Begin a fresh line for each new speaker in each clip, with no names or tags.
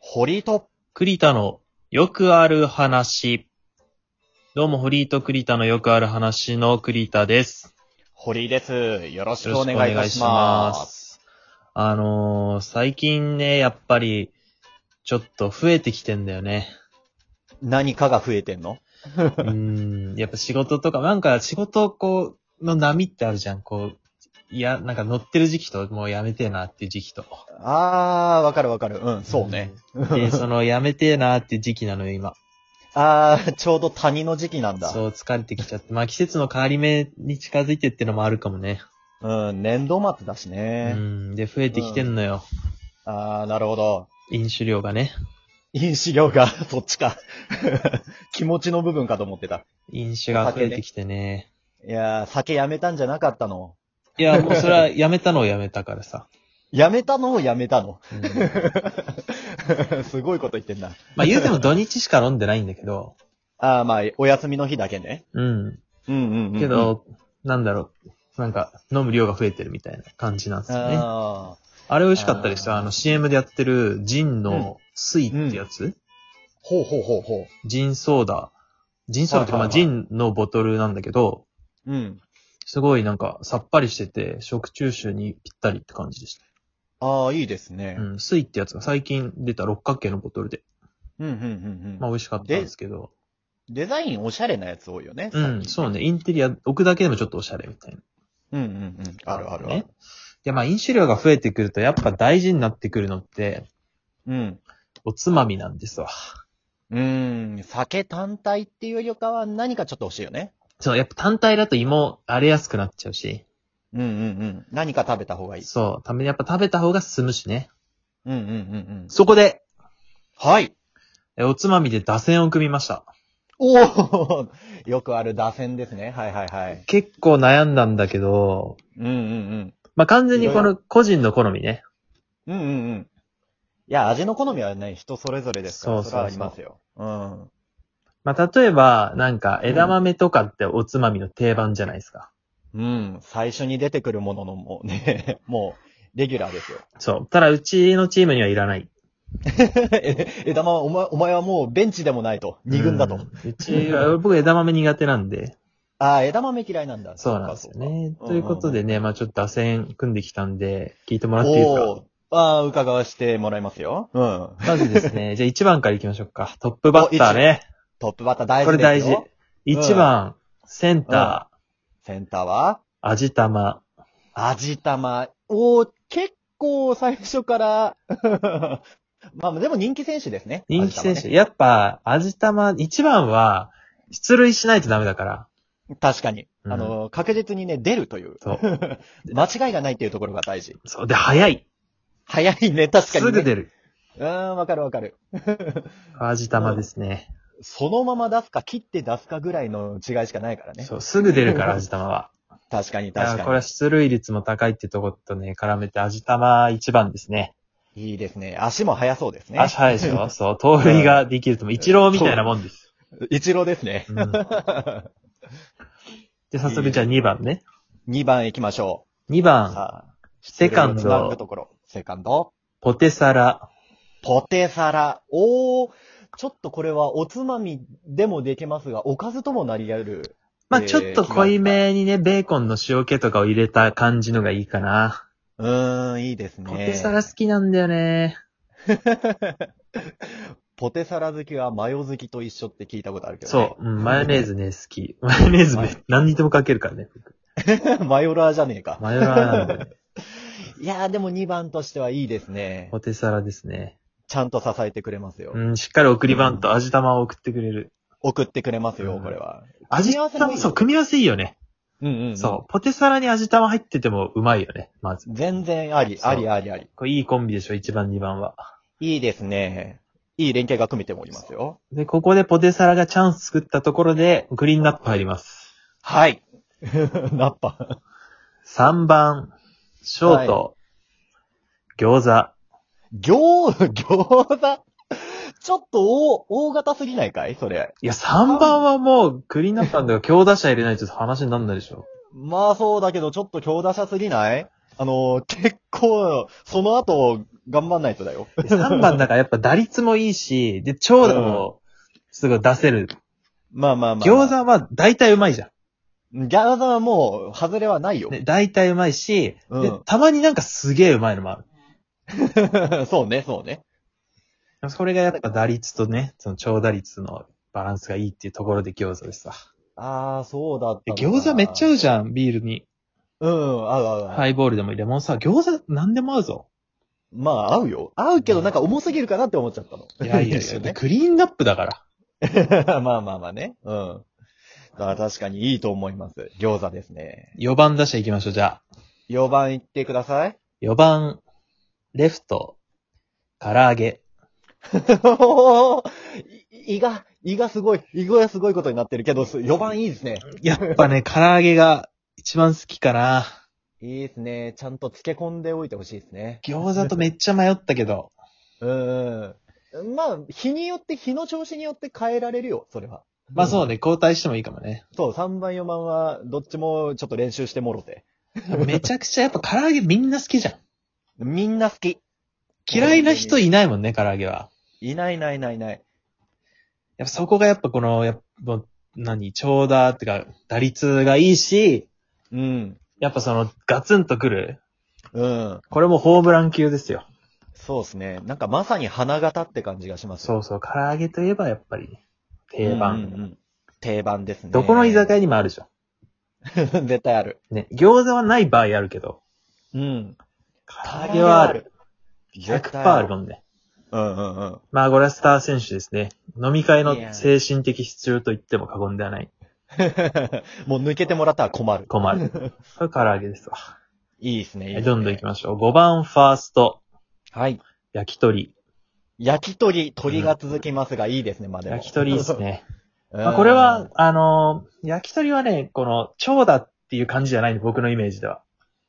堀と、
栗田のよくある話。どうも、フリート栗田のよくある話の栗田です。
堀井です。よろしく
よろ
お
しく
願
お
いい
願
た
い
し
し
ま。
ますす。あのー、最近ね、やっぱり、ちょっと増えてきてんだ よね。
何かが増えてんの
うーん、やっぱ仕事とか、なんか仕事、こう、の波ってあるじゃん、こう。いや、なんか乗ってる時期と、もうやめてえなっていう時期と。
あー、わかるわかる。うん、そうね。
で、そのやめてえなっていう時期なのよ、今。
あー、ちょうど谷の時期なんだ。
そう、疲れてきちゃって。まあ季節の変わり目に近づいてってのもあるかもね。
うん、年度末だし
う
ね。
ん。で、増えてきてんのよ。
あー、なるほど。
飲酒量がね。
飲酒量が、 そっちか。気持ちの部分かと思ってた。
飲酒が増えてきてね。
いやー、酒やめたんじゃなかったの。
いや、もうそれはやめたのをやめたからさ。
やめたのをやめたの。
うん
すごいこと言ってんな。
まあ言うても土日しか飲んでないんだけど。
あー、まあ、お休みの日だけね。
うん。
うんうん、うん。
けど、なんだろう。なんか、飲む量が増えてるみたいな感じなんですよね。あ
あー、
れ美味しかったですよ。
あー
あの CM でやってるジンのスイってやつ、
ほうほうほうほ
ジンソーダ。ジンソーダとか、
は
まあ
いはい
ジ
は
ンのボトルなんだけど、
う。うん。
すごいなんかさっぱりしてて、食中酒にぴったりって感じでし
ああ、いいですね
た。う。ん、スイってやつが最近出た六角形のボトルで、
うん、うん、うん、う
まあ
ん。
美味しかったんですけど、
デザインおしゃれなやつ多いよね。
う
さっ
ん、
き
そうね、インテリア置くだけでもちょっとおしゃれみたいな。
うん、うん、うん。あるあるあ
ね
る。。
で、まあ飲酒量が増えてくるとやっぱ大事になってくるのって、
うん。
おつまみなんですわ。
うーん、酒単体っていうよりかは何かちょっと欲しいよね。
そう、やっぱ単体だと胃も荒れやすくなっちゃうし、
うん、うん、うん。何か食べた方がいい。
そう、ためやっぱ食べた方が進むしね。
うん、うん、うん、うん。
そこで、
はい。
えおつまみで打線を組みました。
おお よくある打線ですね。はい、はい、はい。
結構悩んだんだけど、
うん、うん、
まあ完全にこの個人の好みね。
うん。うん、うん、うん。いや、味の好みはね、人それぞれですから、
そうそうそう
れはありますよ。うん。
まあ、例えば、なんか、枝豆とかっておつまみの定番じゃないですか。
うん。最初に出てくるもののもうね、 もう、レギュラーですよ。
そう。ただ、うちのチームにはいらない。
え、 枝豆、お前、お前はもうベンチでもないと。二軍だと。
うん。うち は、僕枝豆苦手なんで、
ああ、枝豆嫌いなんだ。
そうなんですよね
そ。か
ということで。ね、まあちょっと打線組んできたんで、聞いても
そ
ら
う
っ
か
ていいですか
おーああ、伺わしてもらいますよ。うん。
まずで すね、じゃあ1番から行きましょうか。トップバッターね。
トップバッター大
こ
事
れ
で
大
す
事
よ。。ん
1番、センター、
センターは、
味玉。
味玉。おー結構最初から、 まあ、でも人気選手ですね。
人気選手。
味
やっぱ、味玉、1番は、出塁しないとダメだから。
玉ね確かに。
うん
あの、確実にね、出るという。
そう。
間違いがないっていうところが大事。
そう。で、早い。
早いね、確かに、ね。
すぐ出る。
うーん、わかるわかる。
味玉ですね。
そのまま出すか、切って出すかぐらいの違いしかないからね。
そう、すぐ出るから、味玉は。
確かに
だか
確か
らこれは出塁率も高いってとことね、絡めて味玉一番ですね。
に。いいですね。足も速そうですね。
足早いで しょそう、盗塁ができるとも、一郎みたいなもんです。
一郎ですね
う。ん、で、早速じゃあ2番ね。
2番行きましょ
2
う。
番、
さあ、
セカン
つなぐ
ド、
ところ。セカンド。
ポテサラ。
ポテサラ。おー、ちょっとこれはおつまみでもできますが、おかずともなり得る。
まあ
えー
ちょっと濃いめにね、ベーコンの塩気とかを入れた感じのがいいかな。
うーん、いいですね。
ポテサラ好きなんだよね。
ポテサラ好きはマヨ好きと一緒って聞いたことあるけど、ね。
そう、うん、マヨネーズね、好き。マヨネーズ
は
ね
い、
何にでもかけるからね、僕。
そう。 マヨラーじゃねえか。
マヨラーなんで、ね、
いやー、でも2番としてはいいですね。
ポテサラですね。
ちゃんと支えてくれますよ。
うん、しっかり送りバン
う
ト、味玉を送ってくれる。
送ってくれます
う
よ、
ん
これは。
味
組み合わせもいい
玉、そう、組み合わせいいよね。
うんうん、
そう、ポテサラに味玉入っててもうまいよね、まず
う。。全然あり、
そう
ありありあり。
これいいコンビでしょ、1番、2番は。
いいですね。いい連携が組めてもおりますよ。
で、ここでポテサラがチャンス作ったところで、グリーンナップ入ります。
はい。 ナッパ。
3番、ショート、餃子。
餃、餃子 ちょっと大、大型すぎないかいそれ。
いや、3番はもう、グリーンナップなんだから、強打者入れないと話になんないでしょ。
まあそうだけど、ちょっと強打者すぎないあの、結構、その後、頑張んないとだよ。
3番だからやっぱ打率もいいし、で、長打もすごい出せる。
まあまあまあ。
餃子は大体うまいじゃ
餃子はもう、外れはないよ
ん。。ね、大体うまいし、
うん
で、たまになんかすげえうまいのもあ る。
そうね、そうね。
それがやっぱ打率とね、その長打率のバランスがいいっていうところで餃子でさ。
ああ、そうだった
で
のかな。
餃子めっちゃ合うじゃん、ビールに。
うん、合う合う合う。
ハイボールでもレモンサワー。餃子何でも合うぞ。
まあ、合うよ。合うけど、なんか重すぎるかなって思っちゃったの。
いやいや
一
いや、
瞬ね。
クリーンナップだから。
まあまあまあね。うん。だから確かにいいと思います。餃子ですね。
4番打者行きましょう、じゃあ。
4番行ってください。
4番、レフト、唐揚げ。
おーい胃が、胃がすごい、胃がすごいことになってるけど、4番いいですね。
やっ ぱね、唐揚げが一番好きかな。
いいですね。ちゃんと漬け込んでおいてほしいですね。
餃子とめっちゃ迷ったけど。
うん。まあ、日によって、日の調子によって変えられるよ、それは。
まあそう
ね。
ね、交代してもいいかも ね。
そう、3番4番は、どっちもちょっと練習してもろて。
めちゃくちゃやっぱ唐揚げみんな好きじゃん。
みんな好き。
嫌いな人いないもんね、唐揚げは。
いないいないいないいない。
やっぱそこがやっぱこの、やっぱ、何、長打ってか、打率がいいし、
うん。
やっぱその、ガツンとくる。
うん。
これもホームラン級ですよ。
そうですね。なんかまさに花形って感じがします。
そうそう、唐揚げといえばやっぱり、定番。
うんうん定番ですね。
どこの居酒屋にもあるじゃん。
屋 絶対ある。
ね、餃子はない場合あるけど、
うん。
唐揚げはある。。
絶対
100%あるもんね。
うんうんうん。
まあ、これはスター選手ですね。飲み会
いや
の精神的支柱と言っても過言ではない。
もう抜けてもらったら困る。
困る。これ唐揚げですわ。
いいですね。いい
は
っ
い
すね
どんどん行きましょう。5番ファースト、
はい。
焼き鳥。
焼き鳥、鳥が続きますが、いいですね、まあでも。
焼き鳥ですね。
うん。
まあ、これは、あのー焼き鳥はね、この、長打っていう感じじゃないんで、僕のイメージでは。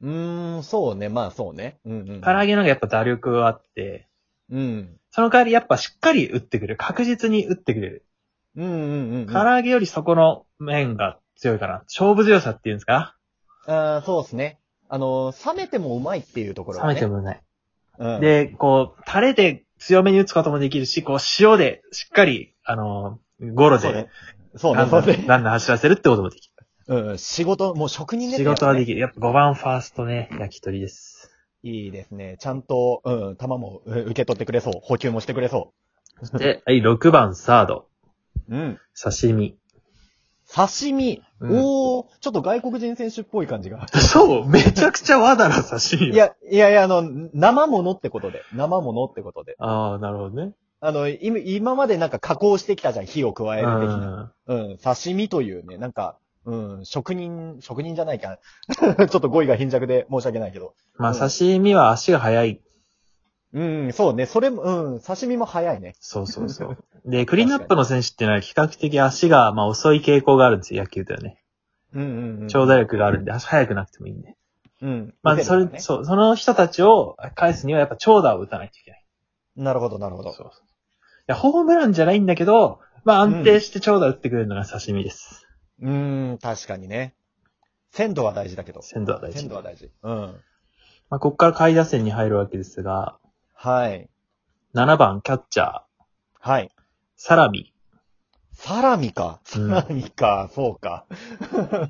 うーん、そうね、まあそうね。うんうん。
唐揚げの方がやっぱ打力はあって、
うん。
その代わりやっぱしっかり打ってくれる。確実に打ってくれる。
うんうんうん。
唐揚げよりそこの面が強いかな。勝負強さっていうんですか
あーそうですね。あのー、冷めてもうまいっていうところ
冷
は
め
ね。
てもない。
うん、
で、こう、タレで強めに打つこともできるし、こう、塩でしっかり、あのー、ゴロ
そう
で
ね。そう
ラ
ね、
ン
そう
ナー、
ね。
ランナー走らせるってこともでき
うん、仕事、もう職人
る。
です
仕
ね。
事はで
き
きる。やっぱ5番ファーストね、焼き鳥です。
いいですね。ちゃんと、うん、球もうん受け取ってくれそう。補給もしてくれそ
で、はい、6番サード、
う。うん。
刺身。
刺身。
うん
おー、ちょっと外国人選手っぽい感じが。
そうめちゃくちゃ和だな、刺身
い、や、いやいや、あの、生物ってことで。生物ってことで。
ああ、なるほどね。
あの、い今までなんか加工してきたじゃん、火を加え
う
る的な。
ん。
うん、刺身というね、なんか、うん、職人、職人じゃないか。 ちょっと語彙が貧弱で申し訳ないけど。
まあ、刺身は足が速い。
うん、そうね。それも、うん、刺身も早いね。
そうそ うそう。で、クリーンアップの選手っていうのは比較的足が、まあ、遅い傾向があるんですよ、野球ではね。
うんうん、うん。
長打力があるんで、足速くなくてもいいんで。
うん。打
まあ、
てるか
そ
ら
れ、
ね
そう、その人たちを返すにはやっぱ長打を打たないといけない。
なるほど、なるほ
そう
ど。
そう。いや、ホームランじゃないんだけど、まあ安定して長打打ってくれるのが刺身です。
うーん、確かにね。鮮度は大事だけど。
鮮度は大事
鮮度。は大事。うん。
まあ、ここから下位打線に入るわけですが、
はい。
7番キャッチャー、
はい。
サラミ。
サラミか。
う
サ
ん
ラミか、そうか。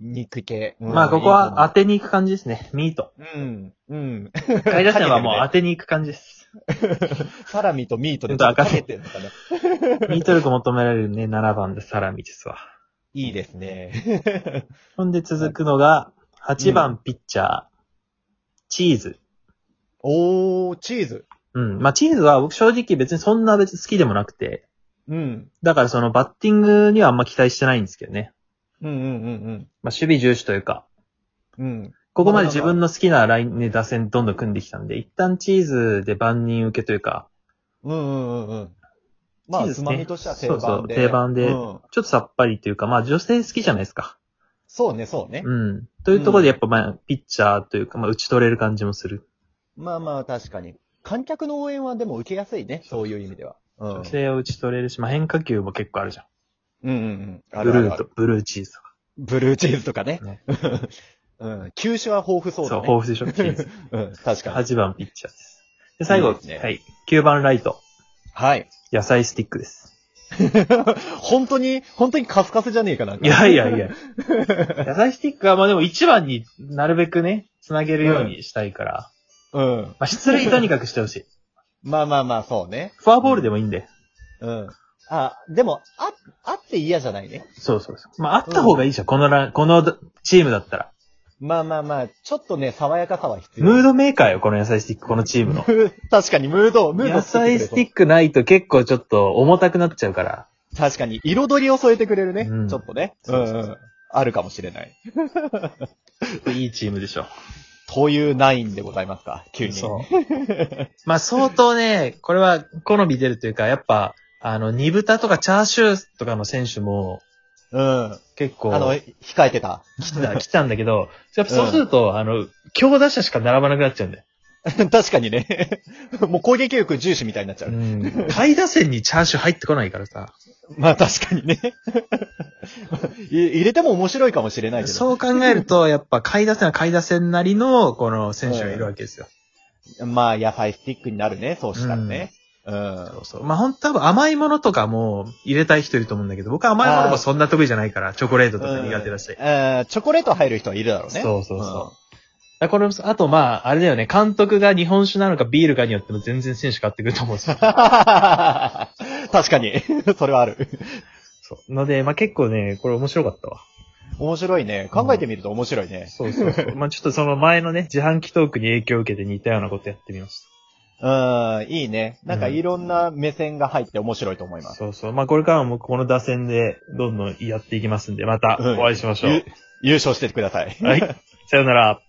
肉系。うん
まあ、ここは当てに行く感じですね。ミート。
いいと思ううん、うん。
下位打線は もう当てに行く感じです。
サラミとミートで
ちょっと
かけてるのかな。
ミート力求められるね、7番でサラミですわ。
いいですね。
ほんで続くのが、8番ピッチャー、チーズ。
おー、チーズ。
うん。まあ、チーズは僕正直別にそんな別に好きでもなくて、
うん。
だからそのバッティングにはあんま期待してないんですけどね。
うんうんうん
まあ、守備重視というか、
うん。うん。
ここまで自分の好きなラインで打線どんどん組んできたんで、一旦チーズで万人受けというか、
うんうんうんうん。ま
チ
あ、
ーズね
つまみとしては定番で。
そうそう定番で
うん
ちょっとさっぱりというか、まあ女性好きじゃないですか。
そうね、そうね。
うん。というところでやっぱまあ、ピッチャーというか、まあ打ち取れる感じもする。
まあまあ、確かに。観客の応援はでも受けやすいね。そういう意味では。うん。うん
女性を打ち取れるし、まあ変化球も結構あるじゃん。
うんうん。あ
ブ
るあ
ル
る
ー
ある
と、ブルーチーズとか。
ブルーチーズとかね。 うん。球種は豊富そう
そう、
だ
豊
ね。
富でしょ、キー ズ。
うん、確かに。
8番ピッチャーです。で、最後、
いいですね
はい。9番ライト、
はい。
野菜スティックです。
本当に、本当にカスカスじゃねえかなんか。
いやい やいや。野菜スティックは、まあでも1番になるべくね、つなげるようにしたいから、
うん。
まあ出塁とにかくしてほしい。
まあまあまあ、そうね。
フォアボールでもいいんで。
うん。あ、でも、あ、あって嫌じゃないね。
そうそうそう。まああった方がいいじゃん、このラン、このチームだったら。
まあまあまあ、ちょっとね、爽やかさは必要。
ムードメーカーよ、この野菜スティック、このチームの。
ムード 確かに、ムード、ムード
野菜スティ
ク。
ックないと結構ちょっと重たくなっちゃうから。
確かに、彩りを添えてくれるね。
うん
ちょっとね。
そうそうそう
うん。あるかもしれない。
いいチームでしょ。
というナインでございますか、急に。
そう。 まあ相当ね、これは好み出るというか、やっぱ、あの、煮豚とかチャーシューとかの選手も
うん。あ
結構
の、
来
控えてた。
た、来たんだけど、やっぱそうすると、あの、強打者しか並ばなくなっちゃうんだよ。
確かにね。 もう攻撃力重視みたいになっちゃう。
うん。下位打線にチャーシュー入ってこないからさ。
まあ確かにね。 い入れても面白いかもしれないけど。
そう考えると、やっぱ下位打線は下位打線なりの、この選手がいるわけですよ。
まあ、野菜スティックになるね、そうしたらね。うん。
そうそう。まあ、ほんと多分甘いものとかも入れたい人いると思うんだけど、僕は甘いものもそんな得意じゃないから、チョコレートとか苦手だし。
えーチョコレート入る人はいるだろうね。。
そうそうそう。これも、あとまあ、あれだよね、監督が日本酒なのかビールかによっても全然選手変わってくると思うんです よ
確かに。 それはある。
そう。ので、まあ結構ね、これ面白かったわ。
面白いね。考えてみると面白いね。
そうそうそう。 まあちょっとその前のね、自販機トークに影響を受けて似たようなことやってみまし
うん、いいね。なんかいろんな目線が入って面白いと思い
た。
ます。
そうそう。まあこれからもこの打線でどんどんやっていきますんで、またお会いしましょう。
ゆ優勝してください。
はい。さよなら。